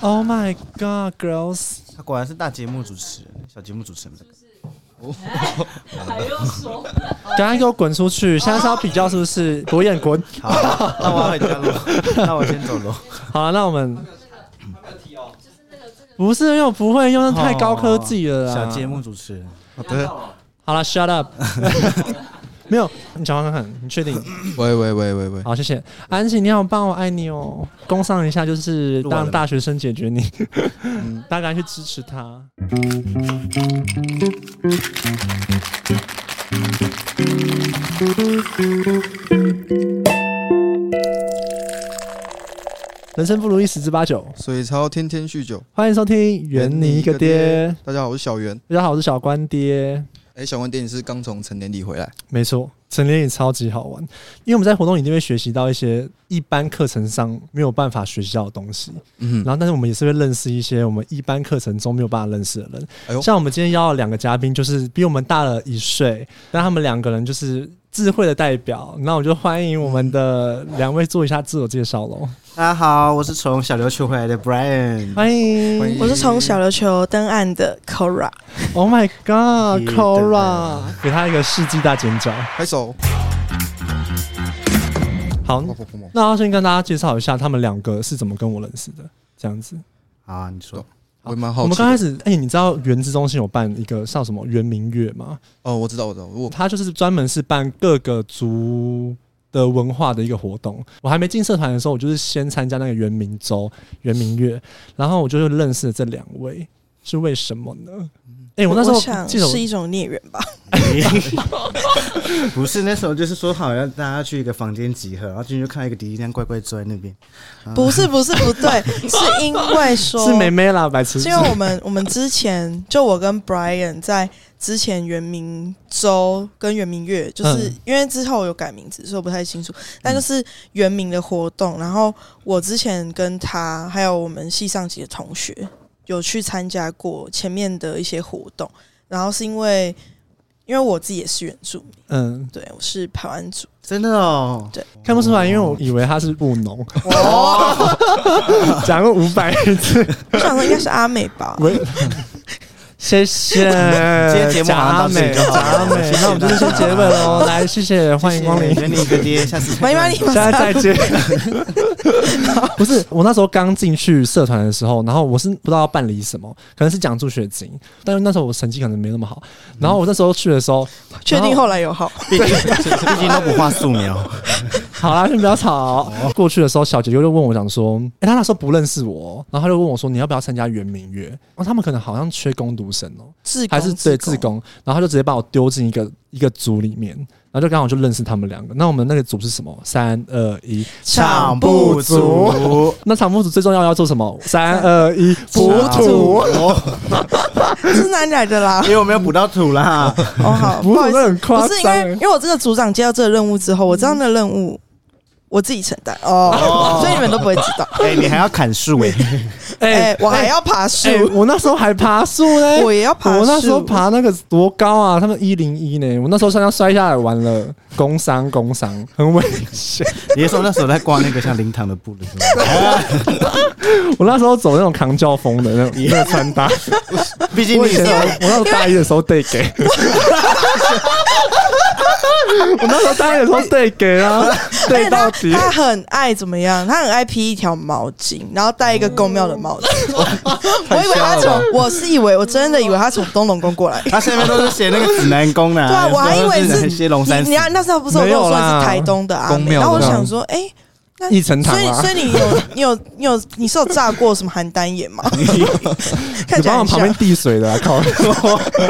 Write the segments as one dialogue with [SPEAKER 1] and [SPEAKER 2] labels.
[SPEAKER 1] Oh my god, girls！
[SPEAKER 2] 他果然是大节目主持人，小节目主持人这个。
[SPEAKER 3] 还用说？
[SPEAKER 1] 赶快给我滚出去！现在是要比较是不是？博彦 滚！
[SPEAKER 2] 好，那我要回家喽，那我先走喽。
[SPEAKER 1] 好、那我们不是因为我不会 用，那太高科技了啦。
[SPEAKER 2] 哦小节目主持人，
[SPEAKER 4] 好的，
[SPEAKER 1] 好了，shut up。没有，你讲话看看，你确定？
[SPEAKER 4] 喂喂喂喂喂，
[SPEAKER 1] 好，谢谢安琪，你好棒，我爱你哦。工商一下，就是
[SPEAKER 2] 录完了
[SPEAKER 1] 让
[SPEAKER 2] 吗
[SPEAKER 1] 大学生解决你，嗯 大家去支持他。人生不如意十之八九，
[SPEAKER 4] 水槽天天酗酒，
[SPEAKER 1] 欢迎收听《圆你一个爹》，
[SPEAKER 4] 大家好，我是小圆。
[SPEAKER 1] 大家好，我是小关爹。
[SPEAKER 4] 哎，小关电影是刚从成年礼回来，
[SPEAKER 1] 没错，晨练也超级好玩，因为我们在活动里面会学习到一些一般课程上没有办法学习到的东西，
[SPEAKER 4] 嗯
[SPEAKER 1] 然，后但是我们也是会认识一些我们一般课程中没有办法认识的人。
[SPEAKER 4] 哎呦
[SPEAKER 1] 像我们今天邀了两个嘉宾，就是比我们大了一岁，但他们两个人就是智慧的代表。那我就欢迎我们的
[SPEAKER 4] 嗯
[SPEAKER 1] 两位做一下自我介绍喽，
[SPEAKER 2] 大家好，我是从小琉球回来的 Brian。
[SPEAKER 1] 欢迎。
[SPEAKER 4] 嗯欢迎
[SPEAKER 5] 嗯我是从小琉球登岸的 Kora，
[SPEAKER 1] Oh my
[SPEAKER 2] 耶
[SPEAKER 1] God，Cora，给他一个世纪大尖叫。
[SPEAKER 4] 拍手。哦
[SPEAKER 1] 好，
[SPEAKER 4] 砰砰砰砰
[SPEAKER 1] 那要先跟大家介绍一下他们两个是怎么跟我认识的，这样子。
[SPEAKER 2] 啊，你说
[SPEAKER 4] 我也蛮
[SPEAKER 1] 我
[SPEAKER 4] 好
[SPEAKER 1] 们
[SPEAKER 4] 奇
[SPEAKER 1] 刚开
[SPEAKER 4] 的。
[SPEAKER 1] 始，哎、你知道原之中心有办一个像什么圆明月吗？
[SPEAKER 4] 哦，我知道，我知道，我
[SPEAKER 1] 它就是专门是办各个族的文化的一个活动。我还没进社团的时候，我就是先参加那个圆明周、圆明月，然后我就认识了这两位，是为什么呢？
[SPEAKER 2] 嗯
[SPEAKER 1] 哎、我那时候
[SPEAKER 5] 想
[SPEAKER 1] 记得我
[SPEAKER 5] 是一种孽缘吧。
[SPEAKER 2] 不是那时候就是说好要大家去一个房间集合，然后进去就看到一个迪丽这样乖乖坐在那边。
[SPEAKER 5] 不是不是不 对，是因为说
[SPEAKER 1] 啊是妹妹啦，白痴
[SPEAKER 5] 是。因为我们我们之前就我跟 Brian 在之前圆明周跟圆明月，就是、
[SPEAKER 1] 嗯
[SPEAKER 5] 因为之后有改名字，所以我不太清楚。但就是圆明的活动，然后我之前跟他还有我们系上级的同学有去参加过前面的一些活动，然后是因为因为我自己也是原住民，
[SPEAKER 1] 嗯，
[SPEAKER 5] 对我是排湾族，
[SPEAKER 2] 真的哦，
[SPEAKER 1] 看不出来，因为我以为她是务农。
[SPEAKER 2] 哦
[SPEAKER 1] 讲过五百 次，。
[SPEAKER 5] 我想说应该是阿美吧
[SPEAKER 1] 喂 谢谢。
[SPEAKER 2] 今天节目好像到这里就好了
[SPEAKER 1] 假美，
[SPEAKER 2] 谢谢
[SPEAKER 1] 那我们就先结尾喽。来，谢谢，欢迎光临
[SPEAKER 2] 谢。谢给你一个爹，下次
[SPEAKER 5] 妈妈，你
[SPEAKER 1] 现在再见。不是，我那时候刚进去社团的时候，然后我是不知道要办理什么，可能是奖助学金，但是那时候我成绩可能没那么好。然后我那时候去的时候，
[SPEAKER 5] 确定后来有好？
[SPEAKER 2] 毕竟毕竟都不画素 描，
[SPEAKER 1] 好啦，先不要吵。过去的时候，小姐姐就问我讲说，哎、她那时候不认识我，然后她就问我说，你要不要参加圆明月？然后他们可能好像缺工读生哦、
[SPEAKER 5] 自
[SPEAKER 1] 还是对自工，然后他就直接把我丢进一个一个组里面，然后就刚好就认识他们两个。那我们那个组是什么？三二一，
[SPEAKER 2] 场不足，
[SPEAKER 1] 那场木组最重要要做什么？三二一，补土。
[SPEAKER 2] 土，
[SPEAKER 5] 是哪里来的啦
[SPEAKER 2] 哦因？为我没有补到土啦。
[SPEAKER 5] 哦，好，
[SPEAKER 1] 补
[SPEAKER 5] 不
[SPEAKER 1] 土
[SPEAKER 5] 好意
[SPEAKER 1] 那
[SPEAKER 5] 思，
[SPEAKER 1] 很夸
[SPEAKER 5] 不是因
[SPEAKER 1] 张
[SPEAKER 5] 为因
[SPEAKER 1] 欸。嗯
[SPEAKER 5] 为我这个组长接到这个任务之后，我知道那个任务我自己承担哦， 所以你们都不会知道。
[SPEAKER 2] 哎，你还要砍树哎，
[SPEAKER 5] 哎，我还
[SPEAKER 1] 哎
[SPEAKER 5] 要爬树
[SPEAKER 1] 哎，我那时候还爬树嘞，
[SPEAKER 5] 我也要爬
[SPEAKER 1] 我那时候
[SPEAKER 5] 树
[SPEAKER 1] 爬那个多高啊？他们一零一呢，我那时候上要摔下来完了，工伤工伤，很危险。
[SPEAKER 2] 你是说那时候在逛那个像灵堂的布的时候。
[SPEAKER 1] 我那时候走那种扛教风的那种那个穿搭，
[SPEAKER 2] 毕竟
[SPEAKER 1] 我
[SPEAKER 2] 你
[SPEAKER 1] 以前
[SPEAKER 2] 是
[SPEAKER 1] 我我那时候大一的时候对给， 我那时候大一的时候对给 啊，
[SPEAKER 5] 哎
[SPEAKER 1] 对到
[SPEAKER 5] 他
[SPEAKER 1] 底。
[SPEAKER 5] 他很爱怎么样？他很爱披一条毛巾，然后戴一个宫庙的帽子。
[SPEAKER 1] 哦
[SPEAKER 5] 我以为他从，我是以为我真的以为他从东龙宫过来。
[SPEAKER 2] 他下面都是写那个指南宫的、
[SPEAKER 5] 对啊，我还以为是
[SPEAKER 2] 写龙山
[SPEAKER 5] 你
[SPEAKER 2] 寺
[SPEAKER 5] 你。啊那时候不是我跟
[SPEAKER 1] 没
[SPEAKER 5] 我
[SPEAKER 1] 有
[SPEAKER 5] 说
[SPEAKER 1] 啦
[SPEAKER 5] 你是台东的阿
[SPEAKER 4] 公
[SPEAKER 5] 美，
[SPEAKER 4] 庙的
[SPEAKER 5] 然后我想说，哎、那
[SPEAKER 1] 一层堂
[SPEAKER 5] 所以
[SPEAKER 1] 啊
[SPEAKER 5] 所以你 有你有你有你是有炸过什么邯郸眼吗？看
[SPEAKER 1] 你
[SPEAKER 5] 起来
[SPEAKER 1] 帮我
[SPEAKER 5] 很
[SPEAKER 1] 旁边
[SPEAKER 5] 像。
[SPEAKER 1] 递水的、啊，靠！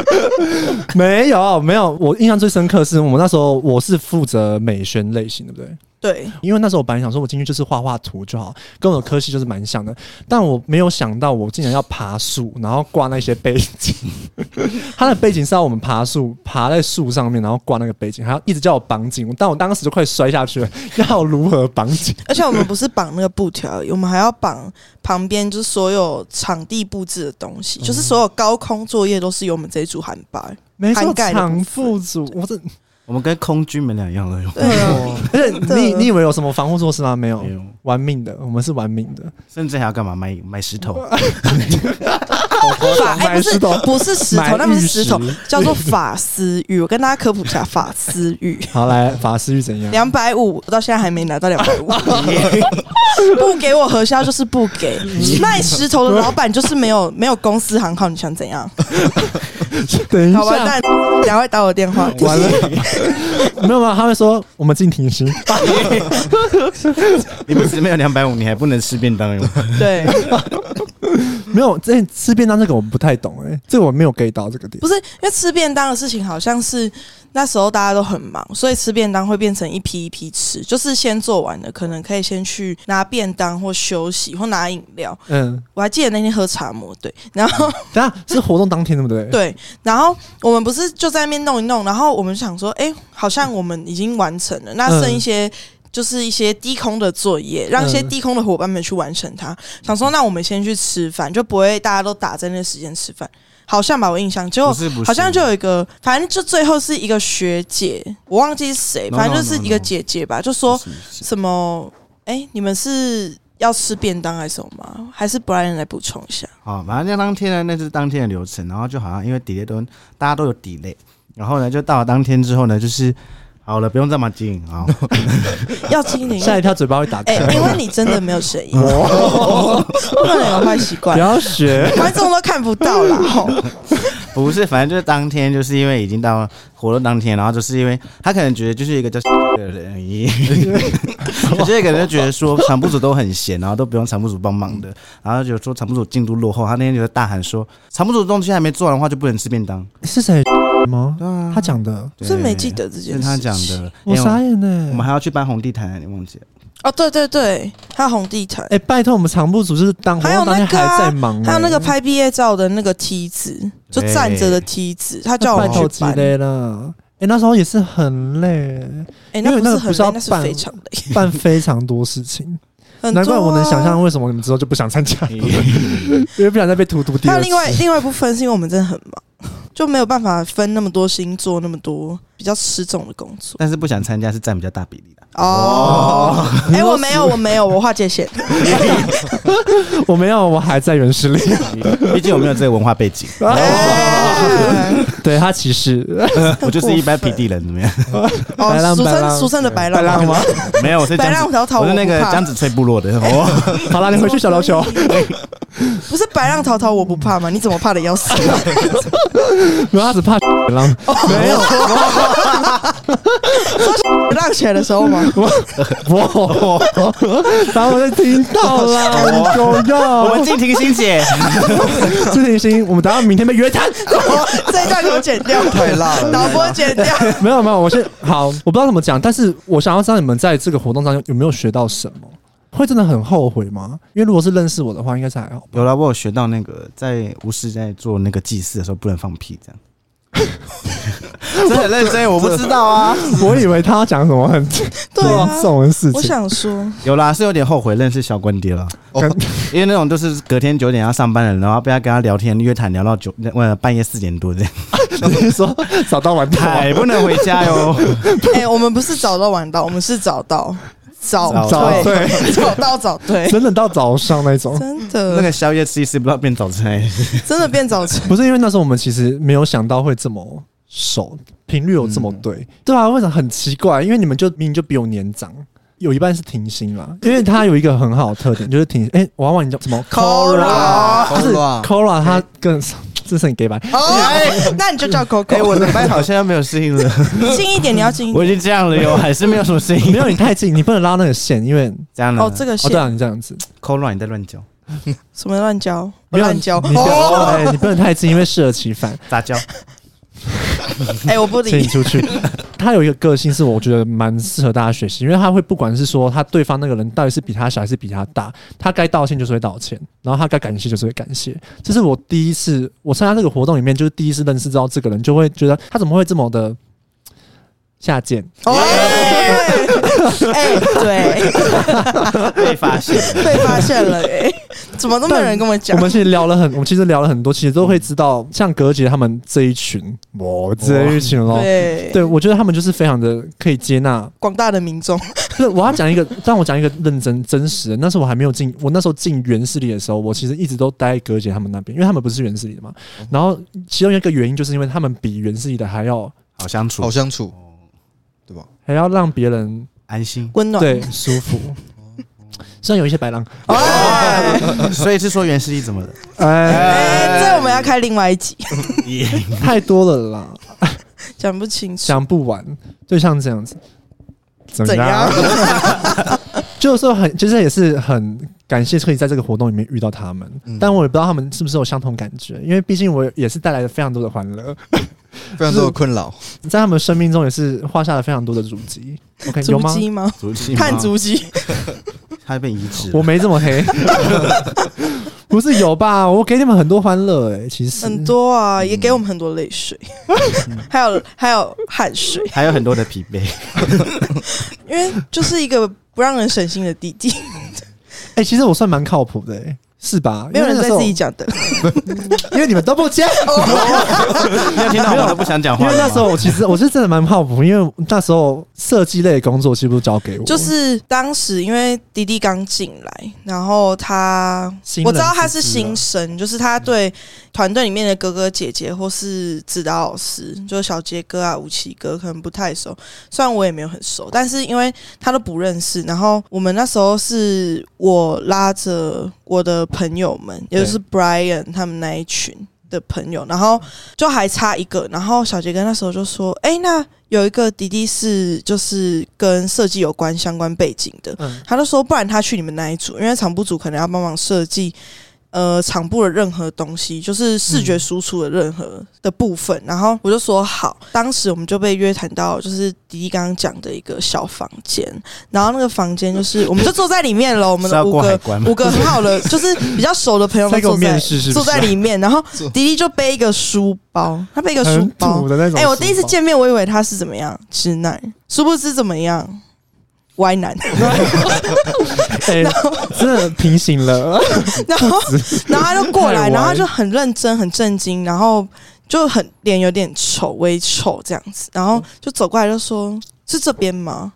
[SPEAKER 1] 没有没有，我印象最深刻是我们那时候我是负责美宣类型，对不对？
[SPEAKER 5] 对，
[SPEAKER 1] 因为那时候我本来想说我进去就是画画图就好，跟我的科系就是蛮像的，但我没有想到我竟然要爬树，然后挂那些背景。 他的背景是要我们爬树，爬在树上面，然后挂那个背景，还要一直叫我绑紧，但我当时就快摔下去了，要我如何绑紧？
[SPEAKER 5] 而且我们不是绑那个布条而已，我们还要绑旁边就是所有场地布置的东西，就是所有高空作业都是由我们这一组喊吧。
[SPEAKER 1] 没错，
[SPEAKER 5] 涵盖的部分
[SPEAKER 1] 场副组，我这
[SPEAKER 2] 我们跟空军们俩一样的哟。
[SPEAKER 5] 对啊，
[SPEAKER 1] 而且
[SPEAKER 5] 真
[SPEAKER 1] 你
[SPEAKER 5] 的
[SPEAKER 1] 你以为有什么防护措施吗？没有
[SPEAKER 2] 哦没，有
[SPEAKER 1] 玩命的，我们是玩命的。
[SPEAKER 2] 甚至还要干嘛？买买石头，
[SPEAKER 5] 法哎、
[SPEAKER 1] 买
[SPEAKER 5] 不
[SPEAKER 1] 石
[SPEAKER 5] 是
[SPEAKER 1] 头
[SPEAKER 5] 不是石
[SPEAKER 1] 买
[SPEAKER 5] 头，那不
[SPEAKER 1] 玉
[SPEAKER 5] 是石头
[SPEAKER 1] 石，
[SPEAKER 5] 叫做法丝玉。我跟大家科普一下法丝玉。
[SPEAKER 1] 好，来法师是怎样？
[SPEAKER 5] 两百五，我到现在还没拿到两百 五，不给我核销就是不 给。卖石头的老板就是没有没有公司行号，你想怎样？
[SPEAKER 1] 等一
[SPEAKER 5] 好吧，
[SPEAKER 1] 下，
[SPEAKER 5] 但赶快打我电话。
[SPEAKER 1] 完了， 没有没有，他会说我们进停薪。
[SPEAKER 2] 你们只没有两百五，你还不能吃便当 哟。
[SPEAKER 5] 对，
[SPEAKER 1] 没有，这吃便当这个我不太懂哎、这个我没有 get 到这个点
[SPEAKER 5] 不。是因为吃便当的事情，好像是那时候大家都很忙，所以吃便当会变成一批一批吃，就是先做完的，可能可以先去拿便当或休息或拿饮料。
[SPEAKER 1] 嗯，
[SPEAKER 5] 我还记得那天喝茶魔，对，然后
[SPEAKER 1] 等一下是活动当天对不对？
[SPEAKER 5] 对，然后我们不是就在那边弄一弄，然后我们想说，哎、好像我们已经完成了，那
[SPEAKER 2] 嗯
[SPEAKER 5] 剩一些。就是一些低空的作业，让一些
[SPEAKER 1] 嗯
[SPEAKER 5] 低空的伙伴们去完成它。想说，那我们先去吃饭，就不会大家都打在那时间吃饭。好像吧，我印象，结果
[SPEAKER 2] 不是不是
[SPEAKER 5] 好像就有一个，反正就最后是一个学姐，我忘记是谁，
[SPEAKER 2] No,
[SPEAKER 5] 反正就
[SPEAKER 2] no,
[SPEAKER 5] 是
[SPEAKER 2] no,
[SPEAKER 5] 一个
[SPEAKER 2] no.
[SPEAKER 5] 姐姐吧，就说
[SPEAKER 2] 是是
[SPEAKER 5] 什么，哎、你们是要吃便当还是什么吗？还是 Brian 来补充一下？
[SPEAKER 2] 好，哦反正就当天呢，那是当天的流程，然后就好像因为 delay 都大家都有 delay，然后呢，就到了当天之后呢，就是好了，不用这么紧啊，好
[SPEAKER 5] 要精灵，
[SPEAKER 1] 吓一跳，嘴巴会打
[SPEAKER 5] 哎、
[SPEAKER 1] 开。
[SPEAKER 5] 因为你真的没有声
[SPEAKER 1] 哦
[SPEAKER 5] 音，哦 不能有坏习
[SPEAKER 1] 不
[SPEAKER 5] 惯，
[SPEAKER 1] 要学，
[SPEAKER 5] 观众都看不到啦。吼
[SPEAKER 2] 不是，反正就是当天就是因为已经到活动当天，然后就是因为他可能觉得就是一个叫 的人而 已，有些可能就觉得说产部组都很闲，然后都不用产部组帮忙的，然后就说产部组进度落后，他那天就大喊说产部组东西还没做完的话就不能吃便当，
[SPEAKER 1] 是谁吗？
[SPEAKER 2] 对啊
[SPEAKER 1] 他讲的，
[SPEAKER 5] 我真没记得这
[SPEAKER 2] 是
[SPEAKER 5] 件事情。
[SPEAKER 2] 他讲的，
[SPEAKER 1] 我
[SPEAKER 2] 因为
[SPEAKER 1] 傻眼呢、
[SPEAKER 2] 我们还要去搬红地毯，你忘记 了？
[SPEAKER 5] 哦，对对对，还有红地毯，
[SPEAKER 1] 哎、拜托，我们常部组就是当活
[SPEAKER 5] 还有
[SPEAKER 1] 动当
[SPEAKER 5] 那
[SPEAKER 1] 天
[SPEAKER 5] 个
[SPEAKER 1] 还
[SPEAKER 5] 啊
[SPEAKER 1] 在忙、欸，
[SPEAKER 5] 还有那个拍毕业照的那个梯子，就站着的梯子，他叫我
[SPEAKER 1] 拜
[SPEAKER 5] 们
[SPEAKER 1] 托
[SPEAKER 5] 去
[SPEAKER 1] 之
[SPEAKER 5] 搬。
[SPEAKER 1] 类了。哎、那时候也是很累，
[SPEAKER 5] 哎、
[SPEAKER 1] 因为
[SPEAKER 5] 不
[SPEAKER 1] 那
[SPEAKER 5] 是
[SPEAKER 1] 个
[SPEAKER 5] 很
[SPEAKER 1] 不是
[SPEAKER 5] 累
[SPEAKER 1] 要，
[SPEAKER 5] 那是
[SPEAKER 1] 办
[SPEAKER 5] 非常累，
[SPEAKER 1] 办非常多事情，
[SPEAKER 5] 很多、啊
[SPEAKER 1] 难怪我能想。象为什么你们之后就不想参加了，
[SPEAKER 2] 嗯
[SPEAKER 1] 因为不想再被荼毒第
[SPEAKER 5] 还有
[SPEAKER 1] 二次。
[SPEAKER 5] 另外另外一部分是因为我们真的很忙，就没有办法分那么多心做那么多比较吃重的工作。
[SPEAKER 2] 但是不想参加是占比较大比例的。
[SPEAKER 5] 哦，哎、我没有，我没有，我划界限。
[SPEAKER 1] 我没有，我还在原始里。
[SPEAKER 2] 毕竟我没有这个文化背景，
[SPEAKER 1] 哦
[SPEAKER 5] 哎
[SPEAKER 1] 对他其实
[SPEAKER 2] 我就是一般平地人，怎么 样？
[SPEAKER 1] 白
[SPEAKER 5] 哦，
[SPEAKER 1] 浪
[SPEAKER 5] 俗
[SPEAKER 1] 白
[SPEAKER 5] 称
[SPEAKER 1] 浪
[SPEAKER 5] 俗称的白
[SPEAKER 1] 白
[SPEAKER 5] 浪
[SPEAKER 1] 浪
[SPEAKER 5] 嘛
[SPEAKER 1] 吗？
[SPEAKER 2] 没有，我是
[SPEAKER 5] 白
[SPEAKER 2] 江
[SPEAKER 5] 浪
[SPEAKER 2] 子，
[SPEAKER 5] 淘淘，
[SPEAKER 2] 我是那个
[SPEAKER 5] 不怕
[SPEAKER 2] 江子翠部落的。 哦，
[SPEAKER 1] 好啦，你回去小琉球。
[SPEAKER 5] 不是白浪淘淘，我不怕吗？你怎么怕的要死？
[SPEAKER 1] 没有，他只怕浪。 没有，
[SPEAKER 5] 浪起来的时候吗？
[SPEAKER 1] 我，然后我就听到 啦，狗
[SPEAKER 2] 哦我
[SPEAKER 1] 要。
[SPEAKER 2] 们静婷欣姐，
[SPEAKER 1] 这件事情，我们等到明天被约谈。
[SPEAKER 5] 这一段给我剪掉，
[SPEAKER 4] 太辣了
[SPEAKER 5] 导播剪掉。
[SPEAKER 1] 没有没有，我先好，我不知道怎么讲，但是我想要知道你们在这个活动当中有没有学到什么？会真的很后悔吗？因为如果是认识我的话，应该是还好。
[SPEAKER 2] 有了，我有学到那个在巫师在做那个祭祀的时候不能放屁，这样。 真的很认真，我不知道 啊。
[SPEAKER 1] 我以为他要讲什么很
[SPEAKER 5] 对啊
[SPEAKER 1] 这种事
[SPEAKER 5] 我
[SPEAKER 1] 情，
[SPEAKER 5] 想说，
[SPEAKER 2] 有啦，是有点后悔认识小关爹了，
[SPEAKER 1] 跟
[SPEAKER 2] 因为那种都是隔天九点要上班的人，然后被他跟他聊天约谈聊到九呃半夜四点多这样，
[SPEAKER 1] 你说找到啊玩太
[SPEAKER 2] 哎，不能回家哟。
[SPEAKER 5] 哎、我们不是早到晚到，我们是早到早
[SPEAKER 1] 早
[SPEAKER 5] 退，
[SPEAKER 1] 对，
[SPEAKER 5] 早到早退，
[SPEAKER 1] 真的到早上那种。
[SPEAKER 5] 真
[SPEAKER 2] 那
[SPEAKER 5] 的
[SPEAKER 2] 个宵夜吃一吃，不知道变早餐。
[SPEAKER 5] 真的变早晨。
[SPEAKER 1] 不是因为那时候我们其实没有想到会这么熟，频率有这么对，对啊，为什么很奇怪？因为你们就明明就比我年长，有一半是停薪啦。因为他有一个很好的特点，就是停。哎、我要问你叫什么
[SPEAKER 5] Cora
[SPEAKER 1] 就是
[SPEAKER 4] Cora
[SPEAKER 1] Cora，他 更这是很 gay 白，
[SPEAKER 5] 哦，那你就叫 Coco。
[SPEAKER 2] 哎，我的麦好像没有声音了。
[SPEAKER 5] 近一点，你要近一
[SPEAKER 2] 我已
[SPEAKER 5] 点。
[SPEAKER 2] 经这样了哟，还是没有什么声 音。
[SPEAKER 1] 没有你太近，你不能拉那个线，因为哦
[SPEAKER 2] 这样了。
[SPEAKER 5] 哦，这个线、
[SPEAKER 1] 对啊，你这样子
[SPEAKER 2] 抠乱你在乱叫，
[SPEAKER 5] 什么乱 交？
[SPEAKER 1] 没有
[SPEAKER 5] 乱交
[SPEAKER 1] 你不要
[SPEAKER 5] 哦！
[SPEAKER 1] 哎，你不能太近，因为适得其 反，
[SPEAKER 2] 杂交。
[SPEAKER 5] 哎、我不
[SPEAKER 1] 请你
[SPEAKER 5] 理。
[SPEAKER 1] 出去。 他有一个个性是我觉得蛮适合大家学习，因为他会不管是说他对方那个人到底是比他小还是比他大，他该道歉就是会道歉，然后他该感谢就是会感谢。这是我第一次我参加这个活动里面，就是第一次认识到这个人，就会觉得他怎么会这么的下见。
[SPEAKER 5] 哦，哎，对，
[SPEAKER 2] 被发现了。
[SPEAKER 5] 被发 现了，哎，怎么都没有人跟我讲
[SPEAKER 1] 我？们其实聊了很，我们其实聊了很多，其实都会知道，像格姐他们这一群，我这一群哦，
[SPEAKER 5] 对，
[SPEAKER 1] 对我觉得他们就是非常的可以接纳。
[SPEAKER 5] 广大的民众，。
[SPEAKER 1] 不是，我要讲一个， 让我讲一个认真真实的。那时候我还没有进，我那时候进原势力的时候，我其实一直都待在格姐他们那边，因为他们不是原势力的嘛。然后其中一个原因就是因为他们比原势力的还要
[SPEAKER 2] 好相处，
[SPEAKER 4] 好相处，对吧？
[SPEAKER 1] 还要让别人
[SPEAKER 2] 安心
[SPEAKER 5] 温暖，
[SPEAKER 1] 对舒 服。虽然有一些白狼，
[SPEAKER 5] 哎，
[SPEAKER 1] 哦
[SPEAKER 2] 所以是说袁世一怎么了？
[SPEAKER 1] 哎，
[SPEAKER 5] 哎这我们要开另外一集，
[SPEAKER 1] 太多了啦，
[SPEAKER 5] 讲不清楚，
[SPEAKER 1] 讲不完。就像这样子，怎
[SPEAKER 5] 怎样？
[SPEAKER 1] 就是说很，就是也是很感谢可以在这个活动里面遇到他们，
[SPEAKER 4] 嗯
[SPEAKER 1] 但我也不知道他们是不是有相同感觉，因为毕竟我也是带来了非常多的欢乐，
[SPEAKER 4] 非常多的困扰，
[SPEAKER 1] 在他们生命中也是画下了非常多的足迹。OK，有
[SPEAKER 5] 足
[SPEAKER 1] 吗？
[SPEAKER 5] 迹吗？
[SPEAKER 2] 足迹吗
[SPEAKER 5] 看足迹，
[SPEAKER 2] 他被移植了，
[SPEAKER 1] 我没这么黑，不是有吧？我给你们很多欢乐哎、其实
[SPEAKER 5] 很多
[SPEAKER 1] 嗯
[SPEAKER 5] 啊，也给我们很多泪水， 还有还有汗水，
[SPEAKER 2] 还有很多的疲惫。
[SPEAKER 5] 因为就是一个不让人省心的弟弟，
[SPEAKER 1] 哎、其实我算蛮靠谱的、哎是吧？
[SPEAKER 5] 没有人在 自己
[SPEAKER 1] 己，
[SPEAKER 5] 讲的。
[SPEAKER 1] 因为你们都不 接。
[SPEAKER 2] 你有听到我都不想讲话
[SPEAKER 1] 因
[SPEAKER 2] 了
[SPEAKER 1] 为
[SPEAKER 2] 吗，
[SPEAKER 1] 那时候我其实我是真的蛮靠谱，因为那时候设计类的工作其实都交给我，
[SPEAKER 5] 就是当时因为迪迪刚进来，然后他
[SPEAKER 1] 新人
[SPEAKER 5] 我知道他是
[SPEAKER 1] 之资啊
[SPEAKER 5] 新生，就是他对团队里面的哥哥姐姐或是指导老师，就是小杰哥啊、吴奇哥，可能不太熟。虽然我也没有很熟，但是因为他都不认识，然后我们那时候是我拉着我的朋友们，也就是 Brian 他们那一群。的朋友，然后就还差一个，然后小杰哥那时候就说：“哎、那有一个迪迪是就是跟设计有关相关背景的，
[SPEAKER 1] 嗯
[SPEAKER 5] 他就说，不然他去你们那一组，因为场部组可能要帮忙设计，呃，场部的任何东西，就是视觉输出的任何的部分。然后我就说好，当时我们就被约谈到，就是迪迪刚刚讲的一个小房间，然后那个房间就是，我们就坐在里面 了，我们
[SPEAKER 2] 是要
[SPEAKER 5] 的五
[SPEAKER 2] 过海
[SPEAKER 5] 个
[SPEAKER 2] 关吗
[SPEAKER 5] 五个很好的，就是比较熟的朋友
[SPEAKER 1] 在
[SPEAKER 5] 们
[SPEAKER 1] 给我
[SPEAKER 5] 坐在
[SPEAKER 1] 面试是不是
[SPEAKER 5] 坐在里面，然后
[SPEAKER 4] 坐
[SPEAKER 5] 迪迪就背一个书包，他背一个书
[SPEAKER 1] 很
[SPEAKER 5] 包
[SPEAKER 1] 土，的那种书包。
[SPEAKER 5] 哎、我第一次见面，我以为他是怎么样直男，殊不知怎么样歪男。
[SPEAKER 1] 哎、真的平行了，
[SPEAKER 5] 然后，然后他就过
[SPEAKER 1] 太
[SPEAKER 5] 来，
[SPEAKER 1] 歪
[SPEAKER 5] 然后他就很认真、很震惊，然后就很脸有点丑、微丑这样子，然后就走过来就说：“是这边吗？”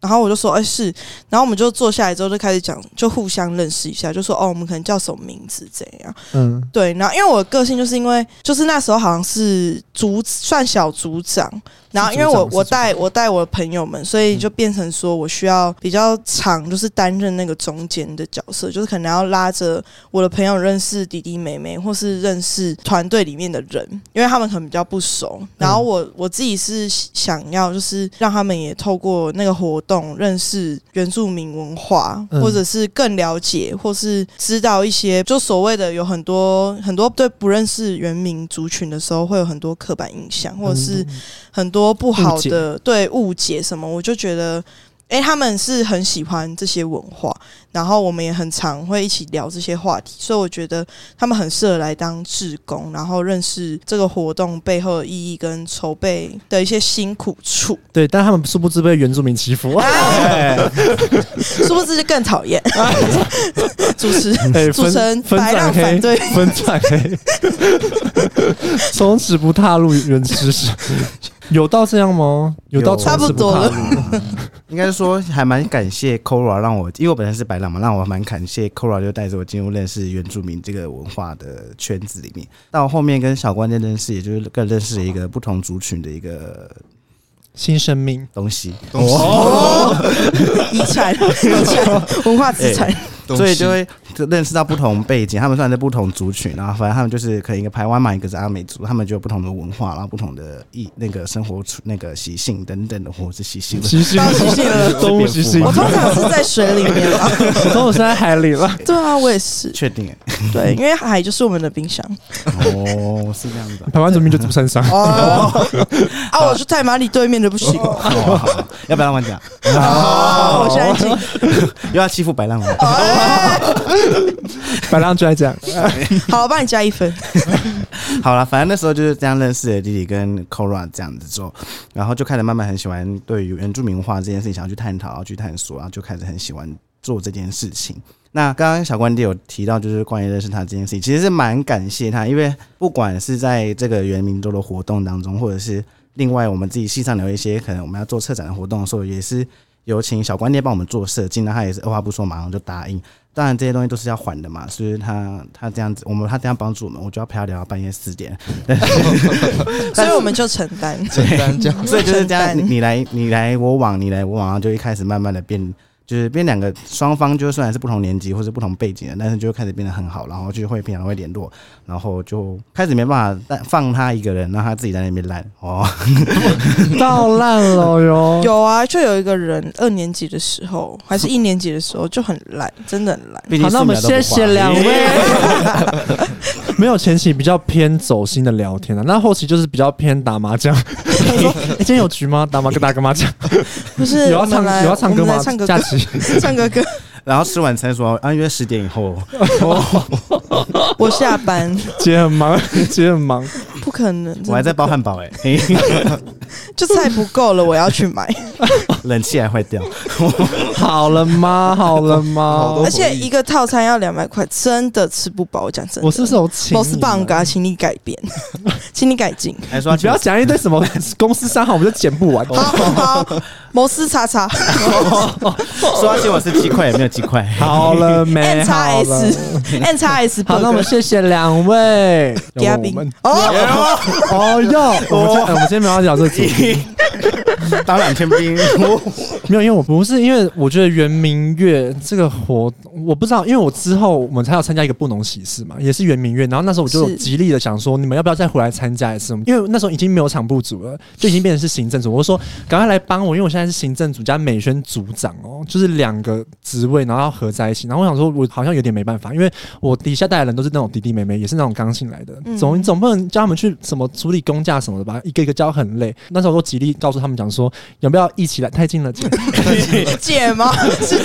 [SPEAKER 5] 然后我就说：“哎、是。”然后我们就坐下来之后就开始讲，就互相认识一下，就说：“哦，我们可能叫什么名字怎样。”
[SPEAKER 1] 嗯，
[SPEAKER 5] 对，然后因为我的个性就是因为就是那时候好像是组算小组长，然后因为
[SPEAKER 1] 是组
[SPEAKER 5] 我
[SPEAKER 1] 长
[SPEAKER 5] 我
[SPEAKER 1] 是组长
[SPEAKER 5] 带我带我的朋友们，所以就变成说我需要比较长，就是担任那个中间的角色，就是可能要拉着我的朋友认识弟弟妹妹，或是认识团队里面的人，因为他们可能比较不熟。然后
[SPEAKER 1] 嗯
[SPEAKER 5] 我我自己是想要就是让他们也透过那个活动认识原住民文化，
[SPEAKER 1] 嗯
[SPEAKER 5] 或者是更了解，或是知道一些，就所谓的有很多很多对不认识原民族群的时候，会有很多刻板印
[SPEAKER 1] 嗯
[SPEAKER 5] 象，或者是很多不好的对误解什么，我就觉得。诶，他们是很喜欢这些文化，然后我们也很常会一起聊这些话题，所以我觉得他们很适合来当志工，然后认识这个活动背后的意义跟筹备的一些辛苦处，
[SPEAKER 1] 对，但他们殊不知被原住民欺负，
[SPEAKER 2] 哎
[SPEAKER 5] 殊不知就更讨厌。主持
[SPEAKER 1] 哎
[SPEAKER 5] 主持
[SPEAKER 1] 分
[SPEAKER 5] 人
[SPEAKER 1] 分
[SPEAKER 5] 白
[SPEAKER 1] 转
[SPEAKER 5] 浪反
[SPEAKER 1] 黑，
[SPEAKER 5] 对
[SPEAKER 1] 分转黑，从此不踏入原知识，有到这样吗？有到
[SPEAKER 2] 有
[SPEAKER 1] 从此踏入
[SPEAKER 5] 差
[SPEAKER 2] 应该说还蛮感谢 Kora 让我，因为我本身是白狼嘛，让我蛮感谢 Kora 就带着我进入认识原住民这个文化的圈子里面。到后面跟小关键认识，也就是更认识一个不同族群的一个
[SPEAKER 1] 新生命，
[SPEAKER 2] 东西，
[SPEAKER 4] 东西
[SPEAKER 1] 哦
[SPEAKER 5] 遗 产、遗产、文化资产，
[SPEAKER 1] 哎
[SPEAKER 4] 东
[SPEAKER 2] 所以
[SPEAKER 4] 西
[SPEAKER 2] 就会就认识到不同背景，他们算是不同族群，然后反正他们就是可能一个台湾嘛，一个是阿美族，他们就有不同的文化，然后不同的意那个生活处那个习性等等的，或者是习 性。
[SPEAKER 1] 习性
[SPEAKER 5] 到习性了
[SPEAKER 1] 动物习性，
[SPEAKER 5] 我
[SPEAKER 1] 我
[SPEAKER 5] 通常是在水里面啊啦。
[SPEAKER 1] 都是在海里了。
[SPEAKER 5] 对啊，我也是。
[SPEAKER 2] 确定、欸？
[SPEAKER 5] 对，因为海就是我们的冰箱。
[SPEAKER 2] 哦，是这样子、啊。
[SPEAKER 1] 台湾人民就住山上，
[SPEAKER 5] 哦，啊，我去太马里对面的不行。
[SPEAKER 2] 哦好要白浪 漫奖，
[SPEAKER 5] 好，我现在进。
[SPEAKER 2] 又要欺负白浪漫。
[SPEAKER 5] 哦
[SPEAKER 1] 白浪就在这样，
[SPEAKER 5] 好，我帮你加一分。
[SPEAKER 2] 好了，反正那时候就是这样认识了弟弟跟 Kora 这样子之后，然后就开始慢慢很喜欢对于原住民化这件事情想要去探讨，然后去探索，然后就开始很喜欢做这件事情。那刚刚小关弟有提到，就是关于认识他这件事情，其实是蛮感谢他，因为不管是在这个原民周的活动当中，或者是另外我们自己系上有一些可能我们要做策展的活动的时候，也是有请小关爹帮我们做设计，那他也是二话不说马上就答应。当然这些东西都是要还的嘛，所以他他这样子，我们他这样帮助我们，我就要陪他聊到半夜四点，
[SPEAKER 5] 所以我们就承担。
[SPEAKER 4] 简单这样，
[SPEAKER 2] 所以就是这样，
[SPEAKER 5] 承
[SPEAKER 2] 你
[SPEAKER 5] 担
[SPEAKER 2] 你来你来我往，你来我往，然后就一开始慢慢的变，就是变两个双方，就是虽然是不同年级或是不同背景的，但是就开始变得很好，然后就会平常会联络，然后就开始没办法但放他一个人，让他自己在那边烂哦，
[SPEAKER 1] 到烂了哟。
[SPEAKER 5] 有啊，就有一个人二年级的时候，还是一年级的时候就很懒，真的很懒。
[SPEAKER 2] 毕竟
[SPEAKER 1] 好，那我们
[SPEAKER 2] 素描
[SPEAKER 1] 谢
[SPEAKER 2] 都不画
[SPEAKER 1] 谢两位。没有前期比较偏走心的聊天啊，那后期就是比较偏打麻将。他说：“ 哎、今天有局吗？打麻打个麻将，
[SPEAKER 5] 不是
[SPEAKER 1] 有要
[SPEAKER 5] 我们
[SPEAKER 1] 唱
[SPEAKER 5] 来
[SPEAKER 1] 有要唱歌
[SPEAKER 5] 我们
[SPEAKER 1] 吗
[SPEAKER 5] 来唱？个歌
[SPEAKER 1] 假， 期
[SPEAKER 5] 唱个歌。
[SPEAKER 2] 然后吃晚餐说啊约十点以后，
[SPEAKER 5] 哦我下班
[SPEAKER 1] 姐很忙，姐很忙。
[SPEAKER 5] 不可能，
[SPEAKER 2] 我还在包汉堡哎、 嘿
[SPEAKER 5] 就菜不够了，我要去买。
[SPEAKER 2] 冷气还坏掉，
[SPEAKER 1] 好了吗？好了
[SPEAKER 4] 好
[SPEAKER 1] 吗
[SPEAKER 4] 多？
[SPEAKER 5] 而且一个套餐要两百块，真的吃不饱。我讲真的，
[SPEAKER 1] 我是不是有请你啊？
[SPEAKER 5] 我是棒嘎，请你改变，请你改进。
[SPEAKER 2] 还说
[SPEAKER 1] 你不要讲一堆什么公司三好，我们就剪不完。
[SPEAKER 5] 好好，摩斯叉叉
[SPEAKER 2] 说要请我吃鸡块也没有鸡块，
[SPEAKER 1] 好 了没？
[SPEAKER 5] N 叉
[SPEAKER 1] 好了。
[SPEAKER 5] S N 叉 S，
[SPEAKER 1] 好，那我们谢谢两位有
[SPEAKER 5] 嘉
[SPEAKER 1] 我
[SPEAKER 5] 宾
[SPEAKER 1] 们
[SPEAKER 5] 哦，
[SPEAKER 1] 哦哟，我们今我们今天没有要聊这个主题，
[SPEAKER 2] 当两 天兵，
[SPEAKER 1] 没有，因为我不是，因为我觉得圆明月这个活，我不知道，因为我之后我们才有参加一个布农喜事嘛，也是圆明月，然后那时候我就有
[SPEAKER 5] 是
[SPEAKER 1] 极力的想说，你们要不要再回来参加一次？因为那时候已经没有厂部组了，就已经变成是行政组，我就说赶快来帮我，因为我现在是行政组加美宣组长哦，就是两个职位，然后要合在一起，然后我想说，我好像有点没办法，因为我底下带的人都是那种弟弟妹妹，也是那种刚进来的，
[SPEAKER 5] 嗯
[SPEAKER 1] 总你总不能叫他们去什么处理工价什么的吧，一个一个教很累。那时候我都极力告诉他们讲说，有没有一起来？太近了，姐
[SPEAKER 5] 姐吗？是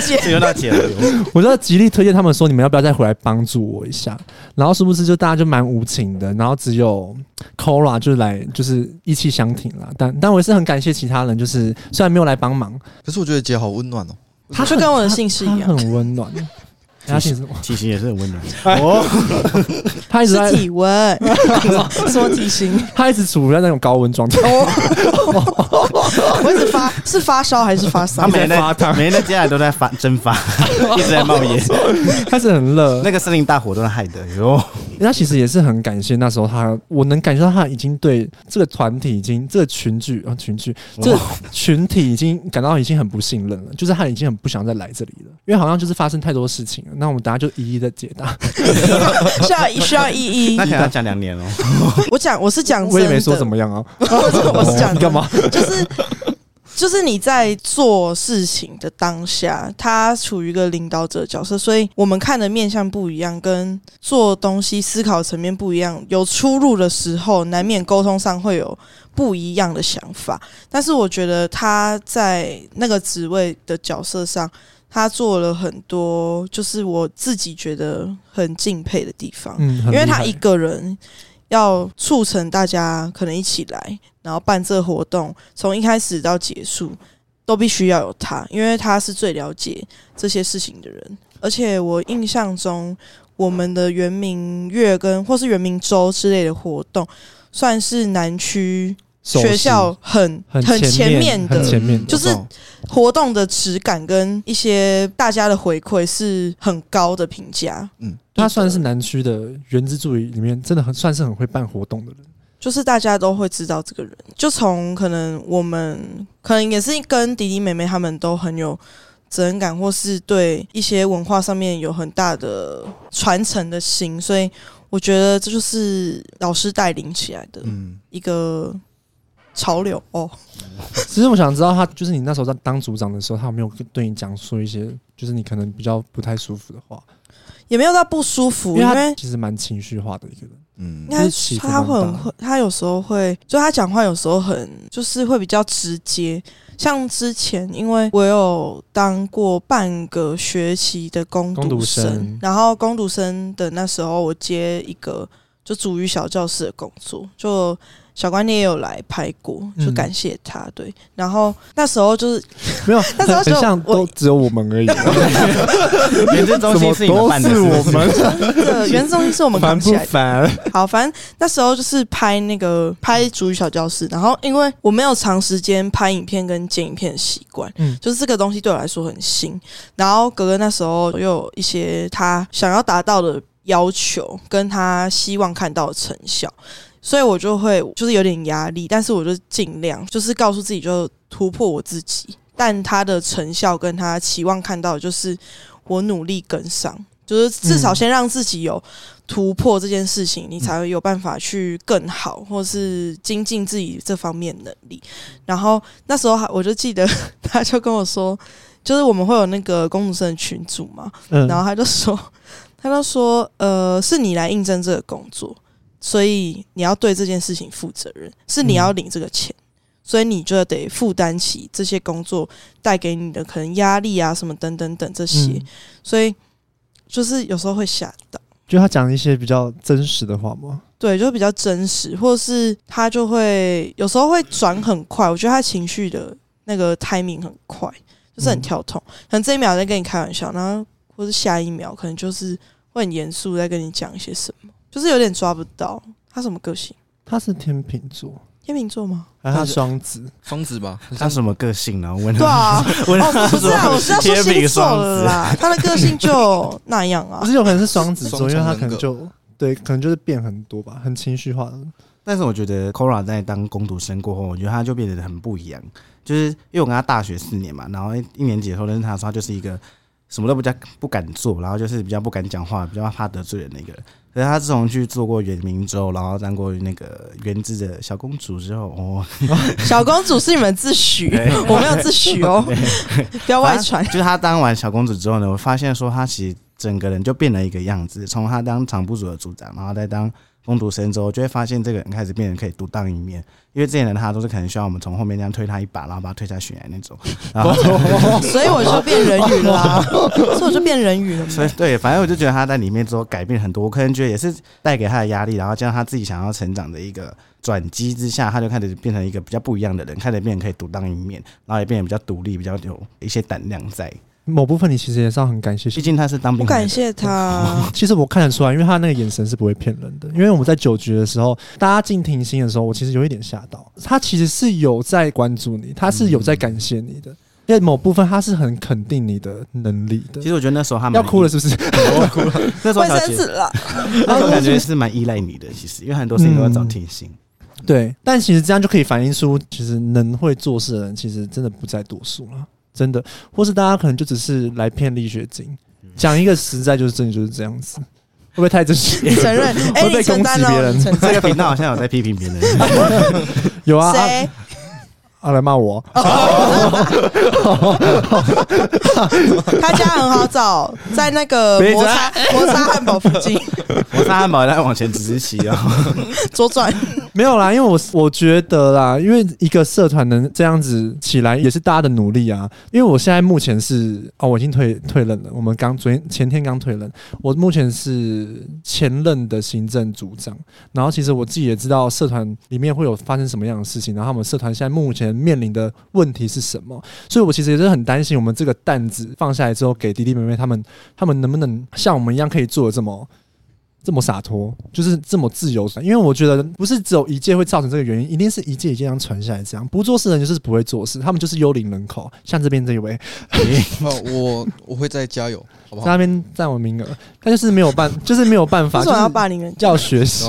[SPEAKER 5] 姐。
[SPEAKER 2] 这就到结了。
[SPEAKER 1] 我就极力推荐他们说，你们要不要再回来帮助我一下？然后是不是就大家就蛮无情的？然后只有 Kora 就是来就是意气相挺啦。但但我也是很感谢其他人，就是虽然没有来帮忙，
[SPEAKER 4] 可是我觉得姐好温暖哦，
[SPEAKER 1] 他
[SPEAKER 5] 就
[SPEAKER 1] 很
[SPEAKER 5] 跟我的姓氏一
[SPEAKER 1] 他
[SPEAKER 5] 样，
[SPEAKER 1] 很温暖。他姓什么？
[SPEAKER 2] 体型也是很温暖。
[SPEAKER 1] 哎
[SPEAKER 2] 哦，
[SPEAKER 1] 他一直
[SPEAKER 5] 是
[SPEAKER 1] 在，
[SPEAKER 5] 体温，什么体 型？
[SPEAKER 1] 他一直处在那种高温状态。
[SPEAKER 5] 哦我一直发是发烧还是发
[SPEAKER 2] 他
[SPEAKER 5] 烧？
[SPEAKER 2] 每天
[SPEAKER 1] 在发
[SPEAKER 2] 在每天在家里都在发蒸发， 一直在冒 烟。
[SPEAKER 1] 开始很热，
[SPEAKER 2] 那个森林大火都是害的 哎哟。
[SPEAKER 1] 那其实也是很感谢那时候他，我能感觉到他已经对这个团体已经这个群聚啊群聚这个群体已经感到已经很不信任了，就是他已经很不想再来这里了，因为好像就是发生太多事情了。那我们等下就一一的解答。
[SPEAKER 5] 需要需要一一
[SPEAKER 2] 那。可能要讲两 年哦。
[SPEAKER 5] 我讲我是讲
[SPEAKER 1] 我也没
[SPEAKER 5] 真
[SPEAKER 1] 说
[SPEAKER 5] 的
[SPEAKER 1] 怎，么样啊，
[SPEAKER 5] 我是讲
[SPEAKER 1] 你 干嘛？
[SPEAKER 5] 就是就是你在做事情的当下，他处于一个领导者角色，所以我们看的面向不一样，跟做东西思考层面不一样，有出入的时候，难免沟通上会有不一样的想法。但是我觉得他在那个职位的角色上。他做了很多，就是我自己觉得很敬佩的呃地方。
[SPEAKER 1] 嗯，很
[SPEAKER 5] 因为
[SPEAKER 1] 厉
[SPEAKER 5] 他
[SPEAKER 1] 害
[SPEAKER 5] 一个人要促成大家可能一起来，然后办这活动，从一开始到结束都必须要有他，因为他是最了解这些事情的人。而且我印象中，我们的圆明月跟或是圆明周之类的活动，算是南区
[SPEAKER 1] 首
[SPEAKER 5] 学
[SPEAKER 1] 席
[SPEAKER 5] 校很
[SPEAKER 1] 很
[SPEAKER 5] 前
[SPEAKER 1] 面
[SPEAKER 5] 的
[SPEAKER 1] 很前面的
[SPEAKER 5] 就是
[SPEAKER 4] 我懂
[SPEAKER 5] 活动的质感跟一些大家的回馈是很高的评价。
[SPEAKER 4] 嗯，
[SPEAKER 1] 他算是南区的原之助理里面真的很算是很会办活动的人。
[SPEAKER 5] 就是大家都会知道这个人，就从可能我们可能也是跟弟弟妹妹他们都很有责任感，或是对一些文化上面有很大的传承的心，所以我觉得这就是老师带领起来的
[SPEAKER 4] 嗯，
[SPEAKER 5] 一个潮流哦。
[SPEAKER 1] 其实我想知道他，就是你那时候在当组长的时候，他有没有对你讲说一些，就是你可能比较不太舒服的话？
[SPEAKER 5] 也没有到不舒服，
[SPEAKER 1] 因为
[SPEAKER 5] 因
[SPEAKER 1] 他
[SPEAKER 5] 为
[SPEAKER 1] 其实蛮情绪化的一个人。
[SPEAKER 4] 嗯
[SPEAKER 5] 应，
[SPEAKER 1] 就
[SPEAKER 5] 该
[SPEAKER 1] 是起伏
[SPEAKER 5] 他
[SPEAKER 1] 蛮大
[SPEAKER 5] 很会，他有时候会，就他讲话有时候很，就是会比较直接。像之前，因为我有当过半个学期的攻
[SPEAKER 1] 攻读
[SPEAKER 5] 读生，
[SPEAKER 1] 生
[SPEAKER 5] 然后攻读生的那时候，我接一个就主语小教室的工作，就小关你也有来拍过，就
[SPEAKER 1] 嗯
[SPEAKER 5] 感谢他。对，然后那时 候就是
[SPEAKER 1] 没有，
[SPEAKER 5] 那时候
[SPEAKER 1] 很
[SPEAKER 5] 就
[SPEAKER 1] 像
[SPEAKER 5] 我
[SPEAKER 1] 都只有我们而已，
[SPEAKER 2] 廉政中
[SPEAKER 1] 怎
[SPEAKER 2] 心
[SPEAKER 1] 么
[SPEAKER 2] 是你们
[SPEAKER 1] 都
[SPEAKER 2] 办的
[SPEAKER 1] 是我
[SPEAKER 2] 事情
[SPEAKER 1] 们，
[SPEAKER 5] 这原中心是我们
[SPEAKER 1] 烦
[SPEAKER 5] 扛
[SPEAKER 1] 不
[SPEAKER 5] 起来的。
[SPEAKER 1] 烦？
[SPEAKER 5] 好，反正那时候就是拍那个拍主语小教室，然后因为我没有长时间拍影片跟剪影片的习惯，
[SPEAKER 1] 嗯
[SPEAKER 5] 嗯，就是这个东西对我来说很新。然后哥哥那时候又有一些他想要达到的要求，跟他希望看到的成效，所以我就会就是有点压力，但是我就尽量就是告诉自己就突破我自己，但他的成效跟他期望看到的就是我努力跟上，就是至少
[SPEAKER 1] 嗯
[SPEAKER 5] 先让自己有突破这件事情，你才会有办法去更好，或是精进自己这方面能力。然后那时候还我就记得 他就跟我说，就是我们会有那个公主生的群组嘛，
[SPEAKER 1] 嗯
[SPEAKER 5] 然后他就说， 他就说，呃，是你来应征这个工作，所以你要对这件事情负责任，是你要领这个钱，所以你就得负担起这些工作带给你的可能压力啊什么等等等这些，
[SPEAKER 1] 嗯
[SPEAKER 5] 所以就是有时候会吓到。
[SPEAKER 1] 就他讲一些比较真实的话嘛，
[SPEAKER 5] 对，就比较真实，或是他就会有时候会转很快，我觉得他情绪的那个 timing 很快，就是很
[SPEAKER 1] 嗯
[SPEAKER 5] 跳痛，可能这一秒在跟你开玩笑，然后或是下一秒可能就是会很严肃在跟你讲一些什么，就是有点抓不到他什么个性。
[SPEAKER 1] 他是天秤座，
[SPEAKER 5] 天秤座吗？
[SPEAKER 1] 还是他
[SPEAKER 4] 他是
[SPEAKER 1] 双子？
[SPEAKER 4] 双子吧，
[SPEAKER 2] 他什么个性呢？我问
[SPEAKER 5] 对
[SPEAKER 2] 他，
[SPEAKER 5] 啊，
[SPEAKER 2] 问他
[SPEAKER 5] 哦，不是啊，
[SPEAKER 2] 说
[SPEAKER 5] 我是要说
[SPEAKER 2] 天秤
[SPEAKER 5] 星座
[SPEAKER 2] 双
[SPEAKER 5] 了
[SPEAKER 2] 子啊
[SPEAKER 5] 啦，他的个性就那样啊
[SPEAKER 1] 不。是有可能是双子座，
[SPEAKER 4] 双
[SPEAKER 1] 因
[SPEAKER 4] 重
[SPEAKER 1] 为他
[SPEAKER 4] 人
[SPEAKER 1] 可能
[SPEAKER 4] 格
[SPEAKER 1] 就对，可能就是变很多吧，很情绪化。
[SPEAKER 2] 但是我觉得 Cora 在当攻读生过后，我觉得他就变得很不一样，就是因为我跟他大学四年嘛，然后一一年级的时候认识他的时候，他就是一个什么都不加不敢做，然后就是比较不敢讲话，比较怕得罪人的一个人。可是他自从去做过圆明州，然后当过那个原子的小公主之后，哦，
[SPEAKER 5] 小公主是你们自诩，我没有自诩哦，不要外传
[SPEAKER 2] 反正。就是他当完小公主之后呢，我发现说他其实整个人就变了一个样子。从他当场部组的组长，然后再当攻读生之后，就会发现这个人开始变得可以独当一面。因为之前的他都是可能需要我们从后面这样推他一把，然后把他推下悬崖那种。然后，
[SPEAKER 5] 所以我就变人鱼啦、所以我就变人鱼了嘛。
[SPEAKER 2] 所以对，反正我就觉得他在里面之后改变很多。我个人觉得也是带给他的压力，然后加上他自己想要成长的一个转机之下，他就开始变成一个比较不一样的人，开始变得可以独当一面，然后也变得比较独立，比较有一些胆量在。
[SPEAKER 1] 某部分你其实也是要很感谢
[SPEAKER 2] 毕竟他是当
[SPEAKER 5] 我
[SPEAKER 2] 兵回来的，
[SPEAKER 5] 感
[SPEAKER 1] 嗯
[SPEAKER 5] 谢他，
[SPEAKER 1] 其实我看得出来，因为他那个眼神是不会骗人的。因为我们在酒局的时候，大家进停薪的时候，我其实有一点吓到。他其实是有在关注你，他是有在感谢你的，因为某部分他是很肯定你的能力的
[SPEAKER 2] 其。实我觉得那时候他蛮
[SPEAKER 1] 要哭了是不是？
[SPEAKER 2] 我哭了。 那时候
[SPEAKER 5] 卫
[SPEAKER 2] 小
[SPEAKER 5] 生纸
[SPEAKER 2] 姐，
[SPEAKER 5] 了。
[SPEAKER 2] 那时候感觉是蛮依赖你的，其实，因为很多事情都要找天心。
[SPEAKER 5] 嗯
[SPEAKER 1] 对，但其实这样就可以反映出，其实能会做事的人，其实真的不在多数了，真的。或是大家可能就只是来骗力学金，讲一个实在就是真的就是这样子，会不会太真实？
[SPEAKER 5] 你 承认？哎、
[SPEAKER 1] 会被
[SPEAKER 5] 你承担
[SPEAKER 1] 攻击别
[SPEAKER 5] 了，
[SPEAKER 1] 人
[SPEAKER 5] 你 承
[SPEAKER 2] 这
[SPEAKER 5] 担
[SPEAKER 2] 个频道好像有在批评别人，
[SPEAKER 1] 有啊，啊
[SPEAKER 5] 谁？
[SPEAKER 1] 啊来骂我，
[SPEAKER 5] 他家很好找，在那个
[SPEAKER 2] 别
[SPEAKER 5] 摩擦摩擦汉堡附近
[SPEAKER 2] 我是汉堡在往前直骑哦。
[SPEAKER 5] 左转。
[SPEAKER 1] 没有啦，因为我我觉得啦，因为一个社团能这样子起来，也是大家的努力啊。因为我现在目前是哦，我已经退退任了，我们刚昨天前天刚退任，我目前是前任的行政组长。然后其实我自己也知道社团里面会有发生什么样的事情，然后我们社团现在目前面临的问题是什么，所以我其实也是很担心我们这个担子放下来之后，给弟弟妹妹他们，他们能不能像我们一样可以做的这么。这么洒脱，就是这么自由，因为我觉得不是只有一届会造成这个原因，一定是一届一届这样传下来，这样不做事的人就是不会做事，他们就是幽灵人口。像这边这一位，
[SPEAKER 4] 那我我会再加油，好不
[SPEAKER 1] 在
[SPEAKER 4] 好？
[SPEAKER 1] 那边占我名额，但就是没有办，就是没有办
[SPEAKER 5] 为
[SPEAKER 1] 法，
[SPEAKER 5] 什
[SPEAKER 1] 就
[SPEAKER 5] 么要
[SPEAKER 1] 是
[SPEAKER 5] 霸凌人家？
[SPEAKER 1] 要学习。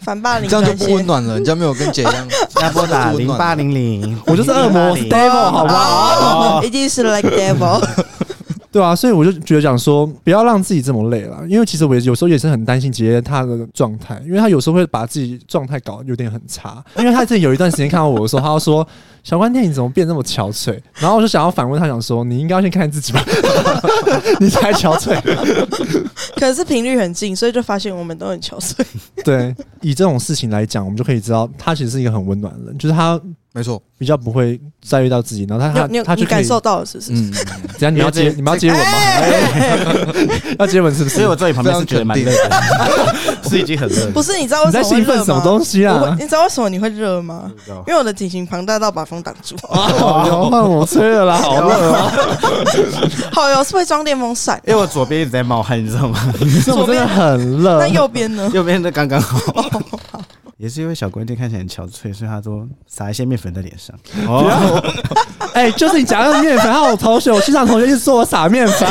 [SPEAKER 5] 反霸凌
[SPEAKER 4] 这样就
[SPEAKER 5] 专
[SPEAKER 4] 不温
[SPEAKER 5] 线。
[SPEAKER 4] 暖了，人家没有跟姐一样，
[SPEAKER 2] 新加坡打
[SPEAKER 4] 温
[SPEAKER 2] 零
[SPEAKER 4] 暖
[SPEAKER 2] 八零零，
[SPEAKER 1] 我就是恶魔 devil，好不好？
[SPEAKER 5] 哦哦一定是 like devil，
[SPEAKER 1] 对啊，所以我就觉得讲说，不要让自己这么累了，因为其实我也有时候也是很担心杰他的状态，因为他有时候会把自己状态搞得有点很差。因为他之前有一段时间看到我的时候，他就说：“ 小关店你怎么变那么憔悴？”然后我就想要反问他，想说：“你应该要先看看自己吧， 你才憔悴。
[SPEAKER 5] 可是频率很近，所以就发现我们都很憔悴。”
[SPEAKER 1] 对，以这种事情来讲，我们就可以知道他其实是一个很温暖的人，就是他
[SPEAKER 4] 没错，
[SPEAKER 1] 比较不会在意到自己，然后他
[SPEAKER 5] 你有
[SPEAKER 1] 他
[SPEAKER 5] 你有
[SPEAKER 1] 他
[SPEAKER 5] 你
[SPEAKER 1] 就可
[SPEAKER 5] 感
[SPEAKER 1] 以。
[SPEAKER 5] 受到了是不是？
[SPEAKER 4] 嗯，
[SPEAKER 1] 怎样？你要接
[SPEAKER 2] 这
[SPEAKER 1] 你们要接吻吗？ 要接吻是不是？
[SPEAKER 2] 所以我坐你旁边是觉得蛮热的，是已经很热了。
[SPEAKER 5] 不是，你知道为
[SPEAKER 1] 你
[SPEAKER 5] 什
[SPEAKER 1] 在
[SPEAKER 5] 么会
[SPEAKER 1] 兴奋
[SPEAKER 5] 热
[SPEAKER 1] 什么
[SPEAKER 5] 吗？
[SPEAKER 1] 东西
[SPEAKER 5] 我会
[SPEAKER 1] 啊
[SPEAKER 5] 你？知道为什么你会热吗
[SPEAKER 2] 知道？
[SPEAKER 5] 因为我的体型庞大到把风挡 住。
[SPEAKER 1] 哦，要换我吹了啦，好热啊！
[SPEAKER 5] 好哟，是不是装电风扇？啊
[SPEAKER 1] 哎
[SPEAKER 2] 因为我左边一直在冒汗，你知道吗？
[SPEAKER 1] 这我真的很热
[SPEAKER 5] 那。右边呢？
[SPEAKER 2] 右边的刚刚好。也是因为小关店看起来很憔悴，所以他都撒一些面粉在脸上。哦，
[SPEAKER 1] 哎，就是你讲到面粉，还有我同学，我现场同学一直说我撒面粉，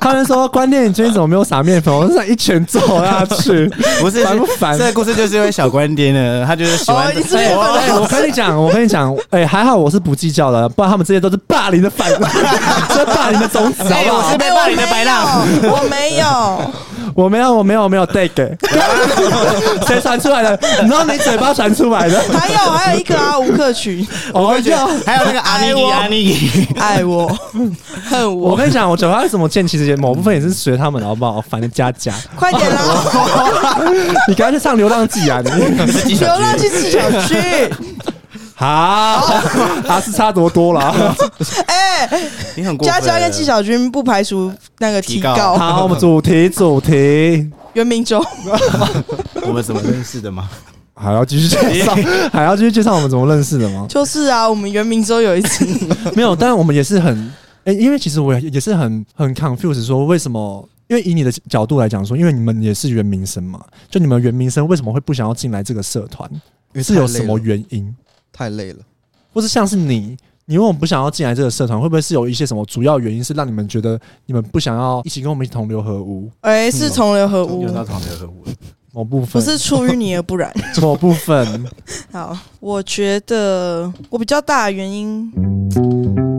[SPEAKER 1] 他们说关键你最近怎么没有撒面粉？我是想一拳揍下去。
[SPEAKER 2] 不是，
[SPEAKER 1] 烦不烦
[SPEAKER 2] 这个故事就是因为小关店呢，他就是喜欢
[SPEAKER 5] 哦，你是
[SPEAKER 1] 哎，
[SPEAKER 5] 面粉
[SPEAKER 1] 我跟你讲，我跟你讲，哎，还好我是不计较的，不然他们这些都是霸凌的反，这是霸凌的种子，好不好？
[SPEAKER 5] 被霸凌的白浪，我没有，
[SPEAKER 1] 我没有，我没有，我没有带给，谁传出来的？你知道你嘴巴传出来的？
[SPEAKER 5] 还有还有一个啊，吴克群，
[SPEAKER 1] 我要。
[SPEAKER 2] 还有那个阿尼
[SPEAKER 5] 哎
[SPEAKER 2] 基
[SPEAKER 5] 我
[SPEAKER 2] 阿尼基，
[SPEAKER 5] 爱我，恨
[SPEAKER 1] 我
[SPEAKER 5] 我，
[SPEAKER 1] 跟你讲，我嘴巴怎么贱，其实也某部分也是学他们，好不好？反正加加，
[SPEAKER 5] 快点啦！
[SPEAKER 1] 你赶快去唱《流浪记》啊！你
[SPEAKER 2] 是纪
[SPEAKER 5] 流
[SPEAKER 2] 晓
[SPEAKER 5] 浪去吃小区，
[SPEAKER 1] 好，阿斯啊差多多了。
[SPEAKER 5] 哎，
[SPEAKER 2] 你很过
[SPEAKER 5] 家
[SPEAKER 2] 分。
[SPEAKER 5] 家跟纪晓君不排除那个提
[SPEAKER 2] 提
[SPEAKER 5] 高
[SPEAKER 2] 告
[SPEAKER 1] 好，我们主题主题，
[SPEAKER 5] 袁明洲，
[SPEAKER 2] 我们怎么认识的吗？
[SPEAKER 1] 还要继续介 绍，还要继续介绍我们怎么认识的吗？
[SPEAKER 5] 就是啊，我们袁明洲有一 次，
[SPEAKER 1] 没有，但我们也是很，哎、因为其实我也也是很很 confused，说为什么？因为以你的角度来讲说，因为你们也是原民生嘛，就你们原民生为什么会不想要进来这个社团？
[SPEAKER 4] 因为
[SPEAKER 1] 是
[SPEAKER 4] 太
[SPEAKER 1] 有
[SPEAKER 4] 累
[SPEAKER 1] 什么
[SPEAKER 4] 了
[SPEAKER 1] 原因？
[SPEAKER 4] 太累了，
[SPEAKER 1] 或是像是你，你为我们不想要进来这个社团，会不会是有一些什么主要原因是让你们觉得你们不想要一起跟我们一起同流合污？
[SPEAKER 5] 哎，是同流合污
[SPEAKER 2] 有，到同流合污了，
[SPEAKER 1] 某部
[SPEAKER 5] 不
[SPEAKER 1] 分
[SPEAKER 5] 是出淤泥而不染。
[SPEAKER 1] 某部分，
[SPEAKER 5] 好，我觉得我比较大的原因，嗯